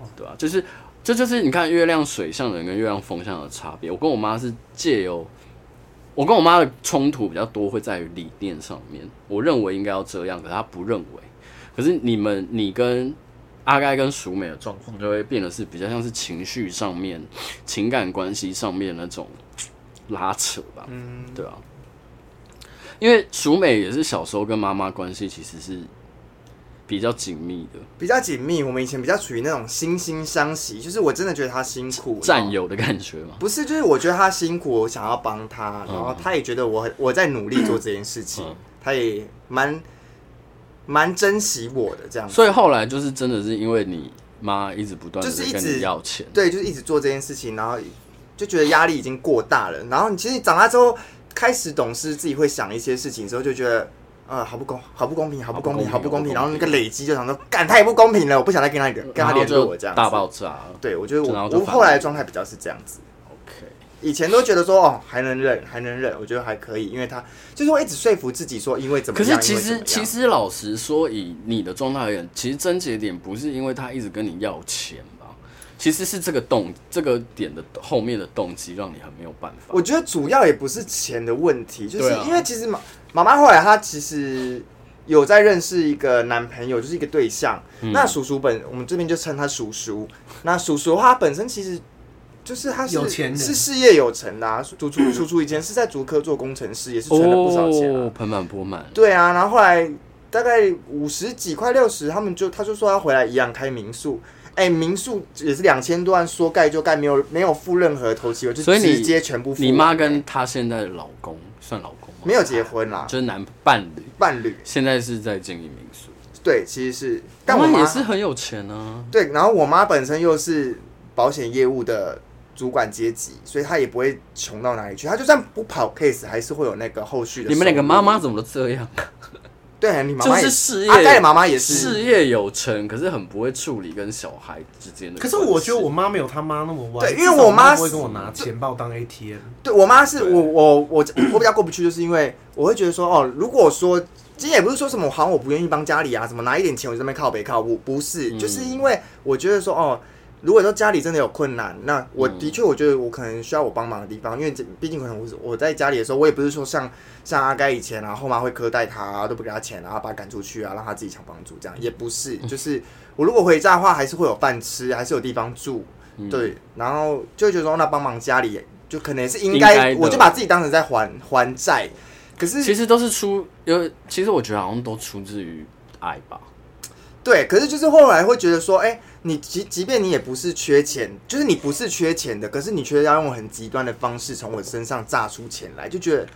哦对啊，就是这就是你看月亮水象的人跟月亮风象的差别。我跟我妈是借由我跟我妈的冲突比较多，会在于理念上面，我认为应该要这样，可是她不认为。可是你们，你跟阿该跟淑美的状况就会变得是比较像是情绪上面、情感关系上面那种拉扯吧，嗯，对啊。因为淑美也是小时候跟妈妈关系其实是比较紧密的，比较紧密。我们以前比较处于那种惺惺相惜，就是我真的觉得他辛苦，占有的感觉嘛。不是，就是我觉得他辛苦，我想要帮他，然后他也觉得我很我在努力做这件事情，嗯他也蛮蛮珍惜我的这样子。所以后来就是真的是因为你妈一直不断的就是一跟直你要钱，对，就是一直做这件事情，然后就觉得压力已经过大了。然后你其实你长大之后开始懂事，自己会想一些事情之后，就觉得呃，好不公，好不公平，好不公平，好好不不公公平。平然后那个累积就想说，干太不公平了，我不想再跟他联跟他然后联就络我这样子。大爆炸了。对，我觉得我然后就我反后来的弹状态比较是这样子。 OK，以前都觉得说哦还能忍还能忍，我觉得还可以，因为他就是会一直说服自己说因为怎么可样，是其因为怎么实样其实老实说，以你的状态而言，其实症结点不是因为他一直跟你要钱吧，其实是这个动这个点的后面的动机让你很没有办法。我觉得主要也不是钱的问题，就是对啊因为其实妈妈妈后来她其实有在认识一个男朋友，就是一个对象。嗯那叔叔本我们这边就称他叔叔。那叔叔的话他本身其实就是他是有钱人是事业有成的、啊，叔 叔叔叔以前是在竹科做工程师，也是存了不少钱、啊。哦，盆满钵满。对啊，然后后来大概五十几块六十，他们就他就说要回来一样开民宿。哎、民宿也是两千多万，说盖就盖，没有没有付任何头期，我就所以你直接全部付你完。妈跟她现在的老公算老公吗？没有结婚啊啦，就是男伴侣，伴侣现在是在经营民宿。对，其实是，但我妈妈也是很有钱啊。对，然后我妈本身又是保险业务的主管阶级，所以她也不会穷到哪里去，她就算不跑 case，还是会有那个后续的收入。你们两个妈妈怎么都这样？对，你妈就妈是也事业，阿盖的妈妈也是，事业有成，可是很不会处理跟小孩之间的可关系。是我觉得我妈没有她妈那么歪，对因为至少我我妈不会是跟我拿钱把我当 ATM。对我妈是对我我我我比较过不去，就是因为我会觉得说哦，如果说今天也不是说什么好像我不愿意帮家里啊，什么拿一点钱我就在那边靠北靠不不是，嗯就是因为我觉得说哦。如果说家里真的有困难，那我嗯的确我觉得我可能需要我帮忙的地方，因为这毕竟可能我是我在家里的时候，我也不是说像像阿该以前啊，后妈会苛待他、啊，都不给他钱啊，把他赶出去啊，让他自己抢房租这样，也不是，嗯就是我如果回家的话，还是会有饭吃，还是有地方住，嗯对，然后就会觉得说那帮忙家里，就可能也是应应该，该的我就把自己当成在还还债。可其是实都是出有，其实我觉得好像都出自于爱吧。对，可是就是后来会觉得说，哎、你即即便你也不是缺钱，就是你不是缺钱的，可是你却要用很极端的方式从我身上榨出钱来，就觉得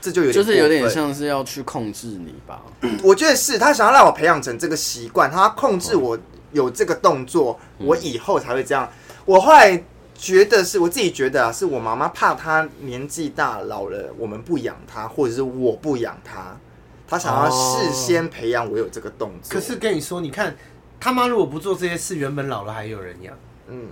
这就有点就是有过点分。像是要去控制你吧，我觉得是他想要让我培养成这个习惯，他控嗯制我有这个动作，我以后才会这样。我后来觉得是我自己觉得啊，是我妈妈怕她年纪大老了，我们不养她，或者是我不养她，她想要事先培养我有这个动作。可是，跟你说，你看他妈如果不做这些事，原本老了还有人养。嗯，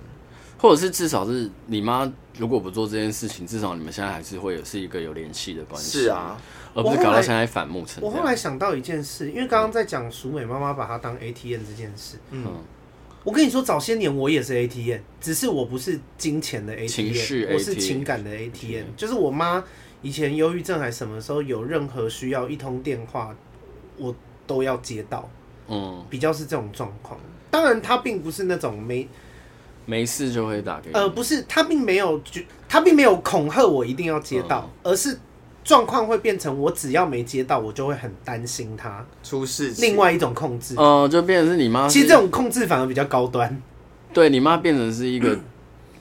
或者是至少是你妈如果不做这件事情，至少你们现在还是会有是一个有联系的关系，是，啊，而不是我后搞来到现在反目成这我样。后来想到一件事，因为刚刚在讲淑美妈妈把她当 ATM 这件事，嗯，嗯，我跟你说，早些年我也是 ATM，只是我不是金钱的 ATM，情绪我是 ATM 情感的 ATM。就是我妈以前忧郁症还什么时候有任何需要，一通电话我都要接到，嗯，比较是这种状况。当然，她并不是那种没没事就会打给你。呃，不是，他并没有觉，他并没有恐吓我一定要接到，嗯而是状况会变成我只要没接到，我就会很担心他。出事情。另外一种控制，嗯，就变成是你妈是，其实这种控制反而比较高端。对你妈变成是一个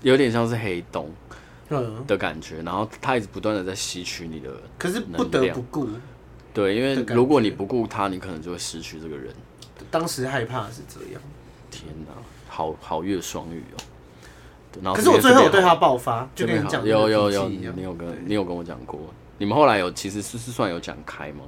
有点像是黑洞嗯，的感觉，然后她一直不断的在吸取你的，可是不得不顾，对，因为的感觉如果你不顾她，你可能就会失去这个人。当时害怕是这样。天哪，好好月双语哦。对然可是我这最边后这边有对好他爆发，这就跟边你好讲有那个有脾有，嗯气一你样你有跟你有跟我讲过，你们后来有其实是是算有讲开吗？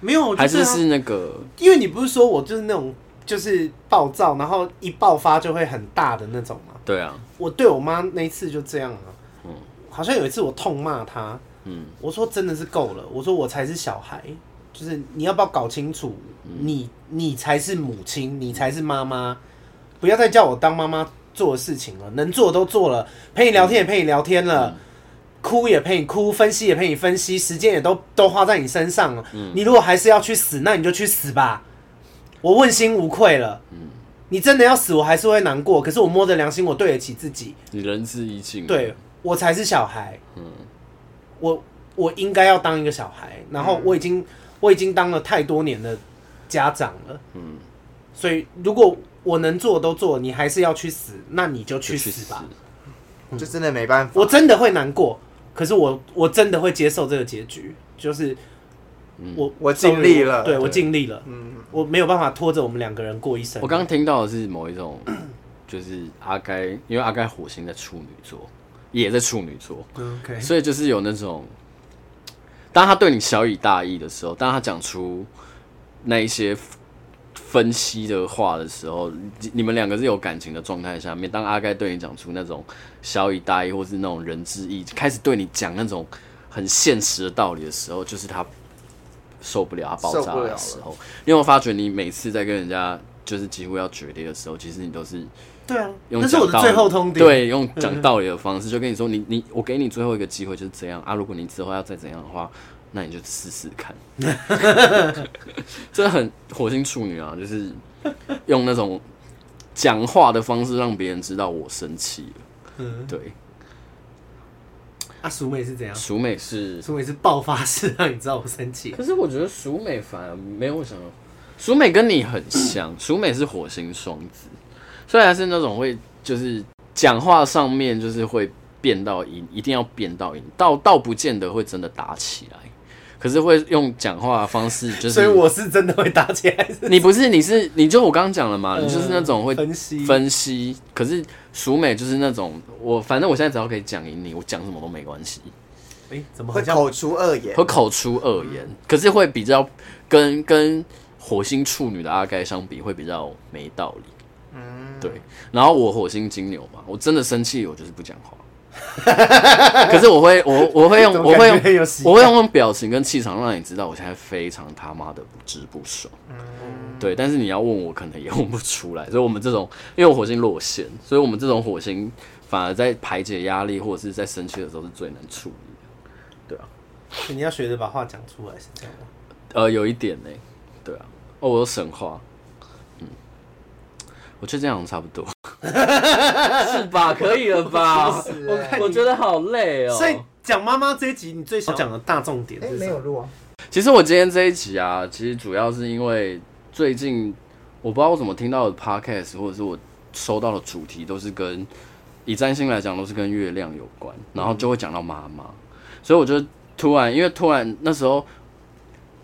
没有，我啊就还是对他是那个因为你不是说我就是那种就是暴躁，然后一爆发就会很大的那种吗？对啊，我对我妈那一次就这样啊，嗯好像有一次我痛骂她，嗯我说真的是够了，我说我才是小孩，就是你要不要搞清楚，嗯你你才是母亲，你才是妈妈，不要再叫我当妈妈做的事情了，能做的都做了，陪你聊天也陪你聊天嗯了。哭也陪你哭，分析也陪你分析，时间也都都花在你身上了。嗯你如果还是要去死，那你就去死吧，我问心无愧了。嗯你真的要死，我还是会难过。可是我摸着良心，我对得起自己。你仁至义尽，对，我才是小孩，嗯我我应该要当一个小孩，然嗯后我已经、我已经当了太多年的家长了，嗯，所以如果我能做的都做，你还是要去死，那你就就去去死吧。就真的没办法。我真的会难过，可是我我真的会接受这个结局，就是嗯我我尽力了对我对尽力了，嗯，我没有办法拖着我们两个人过一生。我刚刚听到的是某一种，就是阿该，因为阿该火星在处女座，也在处女座，嗯 OK，所以就是有那种，当他对你小以大义的时候，当他讲出那一些分析的话的时候，你你们两个是有感情的状态下面，当阿该对你讲出那种小以大义，或是那种仁至义，开始对你讲那种很现实的道理的时候，就是他受不了，他爆炸受不了的了时候。因为我发觉你每次在跟人家就是几乎要决裂的时候，其实你都是对啊，用那是我讲道的理最后通牒。对，用讲道理的方式，就跟你说，你你我给你最后一个机会就是这样啊，如果你之后要再怎样的话，那你就试试 看。这很火星处女啊，就是用那种讲话的方式让别人知道我生气了。嗯，对，啊，淑美是怎样？熟美是，淑美是爆发式让你知道我生气。可是我觉得熟美反而没有我想要，熟美跟你很像，熟美是火星双子，虽然是那种会就是讲话上面就是会变到赢，一定要变到赢，到到不见得会真的打起来，可是会用讲话的方式，就是 所以我是真的会打起来，是你不是你是你就我刚刚讲了嘛，呃你啊就是那种会分析分析，可是熟美就是那种我反正我现在只要可以讲赢你，我讲什么都没关系，哎、怎么会好像口出恶言和。口出恶言，嗯可是会比较跟跟火星处女的阿盖相比，会比较没道理。嗯，对，然后我火星金牛嘛，我真的生气，我就是不讲话。 可是我会，我我会用， 怎么我会感觉有用喜，感我会用表情跟气场让你知道我现在非常他妈的不知不爽。嗯对，但是你要问我，可能也问不出来。所以我们这种，因为我火星落陷，所以我们这种火星反而在排解压力或者是在生气的时候是最难处理的。你要学着把话讲出来，是这样吗？呃，有一点呢、对啊，哦，我有神话，嗯，我觉得这样差不 多，是吧？可以了吧？我看我觉得好累哦。所以讲妈妈这一集，你最想讲的大重点哎，是没什有么？录啊。其实我今天这一集啊，其实主要是因为最近我不知道我怎么听到的 podcast，或者是我收到的主题都是跟以占星来讲都是跟月亮有关，然后就会讲到妈妈，所以我就突然因为突然那时候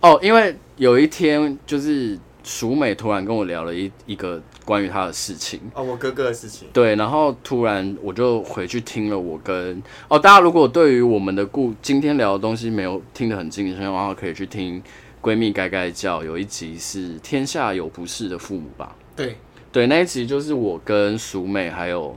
哦，因为有一天就是淑美突然跟我聊了一一个关于她的事情，哦，我哥哥的事情。对，然后突然我就回去听了我跟哦，大家如果对于我们的故今天聊的东西没有听得很尽深的话，可以去听闺蜜该该叫有一集是天下有不是的父母吧？对，对，那一集就是我跟淑美还有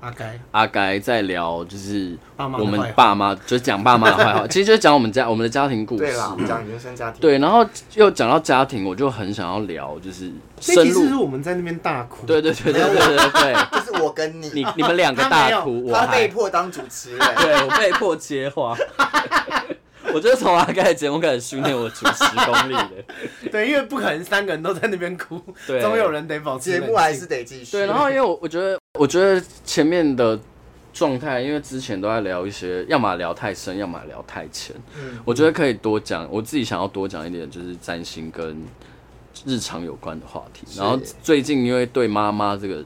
阿该阿该在聊，就是爸妈的我们坏话爸妈就是讲爸妈的坏话，其实就是讲我们家我们的家庭故事对。啦，讲原生家庭。，对，然后又讲到家庭，我就很想要聊，就是这一深集是不是入。我们在那边大哭？对对对对对对 对，就是我跟你，你你们两个他没大有哭，我他还被迫当主持人。对我被迫接话。 我就是从阿盖的节目开始训练我主持功力的。对，因为不可能三个人都在那边哭，对总有人得保持节冷静。目还是得继续。对，然后因为我我觉得，我觉得前面的状态，因为之前都在聊一些，要么聊太深，要么聊太浅。嗯我觉得可以多讲，我自己想要多讲一点，就是占星跟日常有关的话题。是然后最近因为对妈妈这个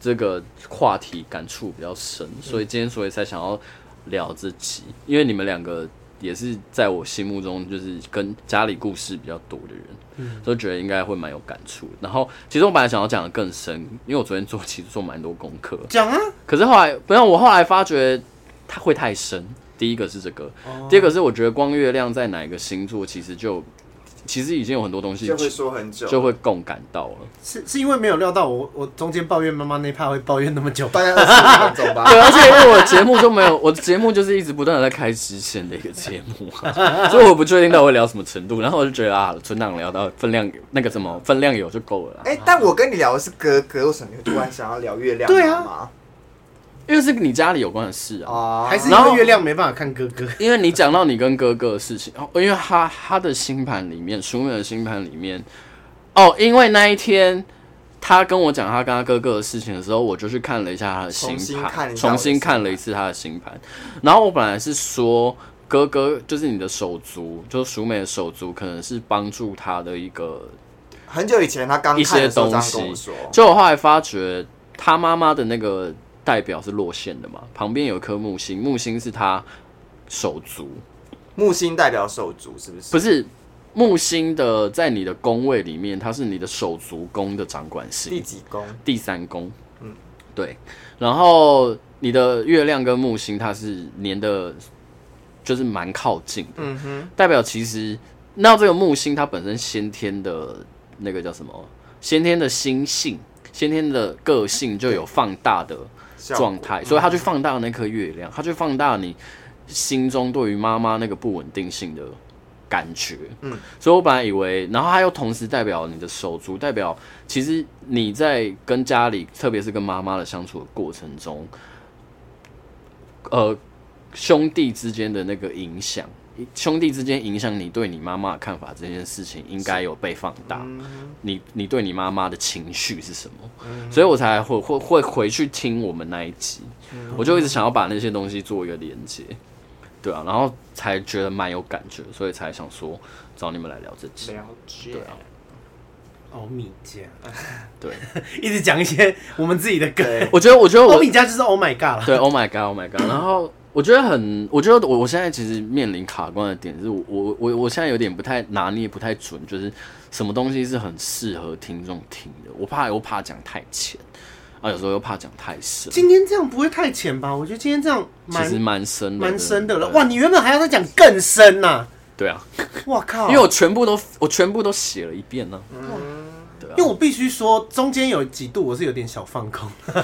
这个话题感触比较深，所以今天所以才想要聊这集，因为你们两个也是在我心目中就是跟家里故事比较多的人，嗯所以觉得应该会蛮有感触。然后其实我本来想要讲的更深，因为我昨天做其实做蛮多功课，讲啊，可是后来，不然我后来发觉它会太深。第一个是这个，哦第二个是我觉得光月亮在哪一个星座，其实就其实已经有很多东西就会说很久，就会共感到了。 是是因为没有料到我我中间抱怨妈妈那怕会抱怨那么久。大概二十五分钟 吧。对，而且因为我的节目就没有，我的节目就是一直不断的在开支线的一个节目、啊， 所以我不确定到底会聊什么程度。然后我就觉得啊，存档聊到分量有那个什么分量有就够了啊、哎、但我跟你聊的是哥哥，为什么你会突然想要聊月亮对啊妈因为是跟你家里有关的事啊。妈？哦，还是因然为后月亮没办法看哥哥，因为你讲到你跟哥哥的事情，哦，因为他他的星盘里面，淑美的星盘里面，哦，因为那一天他跟我讲他跟他哥哥的事情的时候，我就去看了一下他的星重新看盘，一下重新看了一次他的星盘。然后我本来是说哥哥就是你的手足，就是淑美的手足，可能是帮助他的一个很久以前他刚一看些的时候东这样西跟我说，。就我后来发觉，他妈妈的那个代表是落线的嘛，旁边有一颗木星，木星是他手足。木星代表手足是不是？不是木星的，在你的宫位里面，它是你的手足宫的掌管第星，几宫？第三宫。嗯，对。然后你的月亮跟木星，它是粘的，就是蛮靠近的，嗯哼，代表其实那这个木星它本身先天的那个叫什么？先天的心性，先天的个性就有放大的状态，所以他去放大那颗月亮，他去放大你心中对于妈妈那个不稳定性的感觉。嗯嗯，所以我本来以为，然后他又同时代表你的手足，代表其实你在跟家里，特别是跟妈妈的相处的过程中，呃，兄弟之间的那个影响。兄弟之间影响你对你妈妈的看法这件事情，应该有被放大。你你对你妈妈的情绪是什么？所以我才会会会回去听我们那一集，我就一直想要把那些东西做一个连接，对啊，然后才觉得蛮有感觉，所以才想说找你们来聊这集。了解。对啊欧米茄，对， 一直讲一些我们自己的歌。对，我觉得，我觉得 欧我米茄就是 Oh my God 了。对，Oh my God，Oh my God，然后我觉得很，我觉得我我现在其实面临卡关的点是我我我我现在有点不太拿捏不太准，就是什么东西是很适合听众听的，我怕我怕讲太浅。啊，有时候又怕讲太深，今天这样不会太浅吧？我觉得今天这样其实蛮蛮深的，蛮深的了。对哇，，你原本还要再讲更深呐、对啊，哇靠！因为我全部都我全部都写了一遍 呢、嗯 对啊因为我必须说，中间有几度我是有点小放空，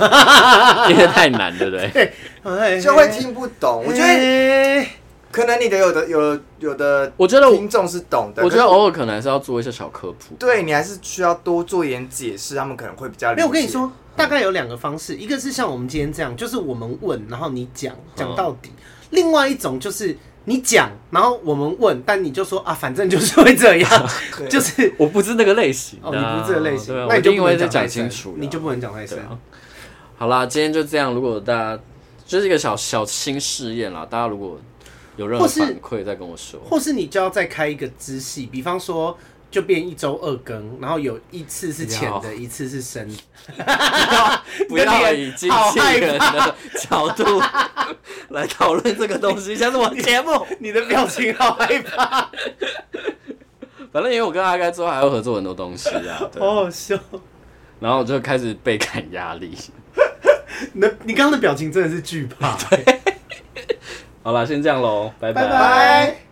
因为太难，对不对？就会听不懂。我觉得哎得哎可能你的有的有的有的，嗯我觉得我听众是懂的，我觉得可是偶尔可能还是要做一些小科普，对你还是需要多做一点解释，他们可能会比较理解没有。我跟你，说，大概有两个方式，一个是像我们今天这样，就是我们问，然后你讲嗯讲到底；另外一种就是你讲，然后我们问，但你就说啊，反正就是会 这样，对就是我不是那个类型的哦，啊、你不是这个类型对啊，，我那你一就定不会能再讲讲太清深楚，你就不能讲太深对。啊。好啦，今天就这样。如果大家就是一个小小新试验啦，大家如果有任何或是反馈再跟我说。或是你就要再开一个支系，比方说就变一周二更，然后有一次是浅不要的，一次是深的。不要以经纪人的角度 来讨论这个东西，像是我节目。 你的表情好害怕，反正因为我跟阿该之后还会合作很多东西啊，对 好啊。好笑。然后我就开始倍感压力。你的 你刚刚的表情真的是惧怕。好啦，先这样喽，拜拜拜。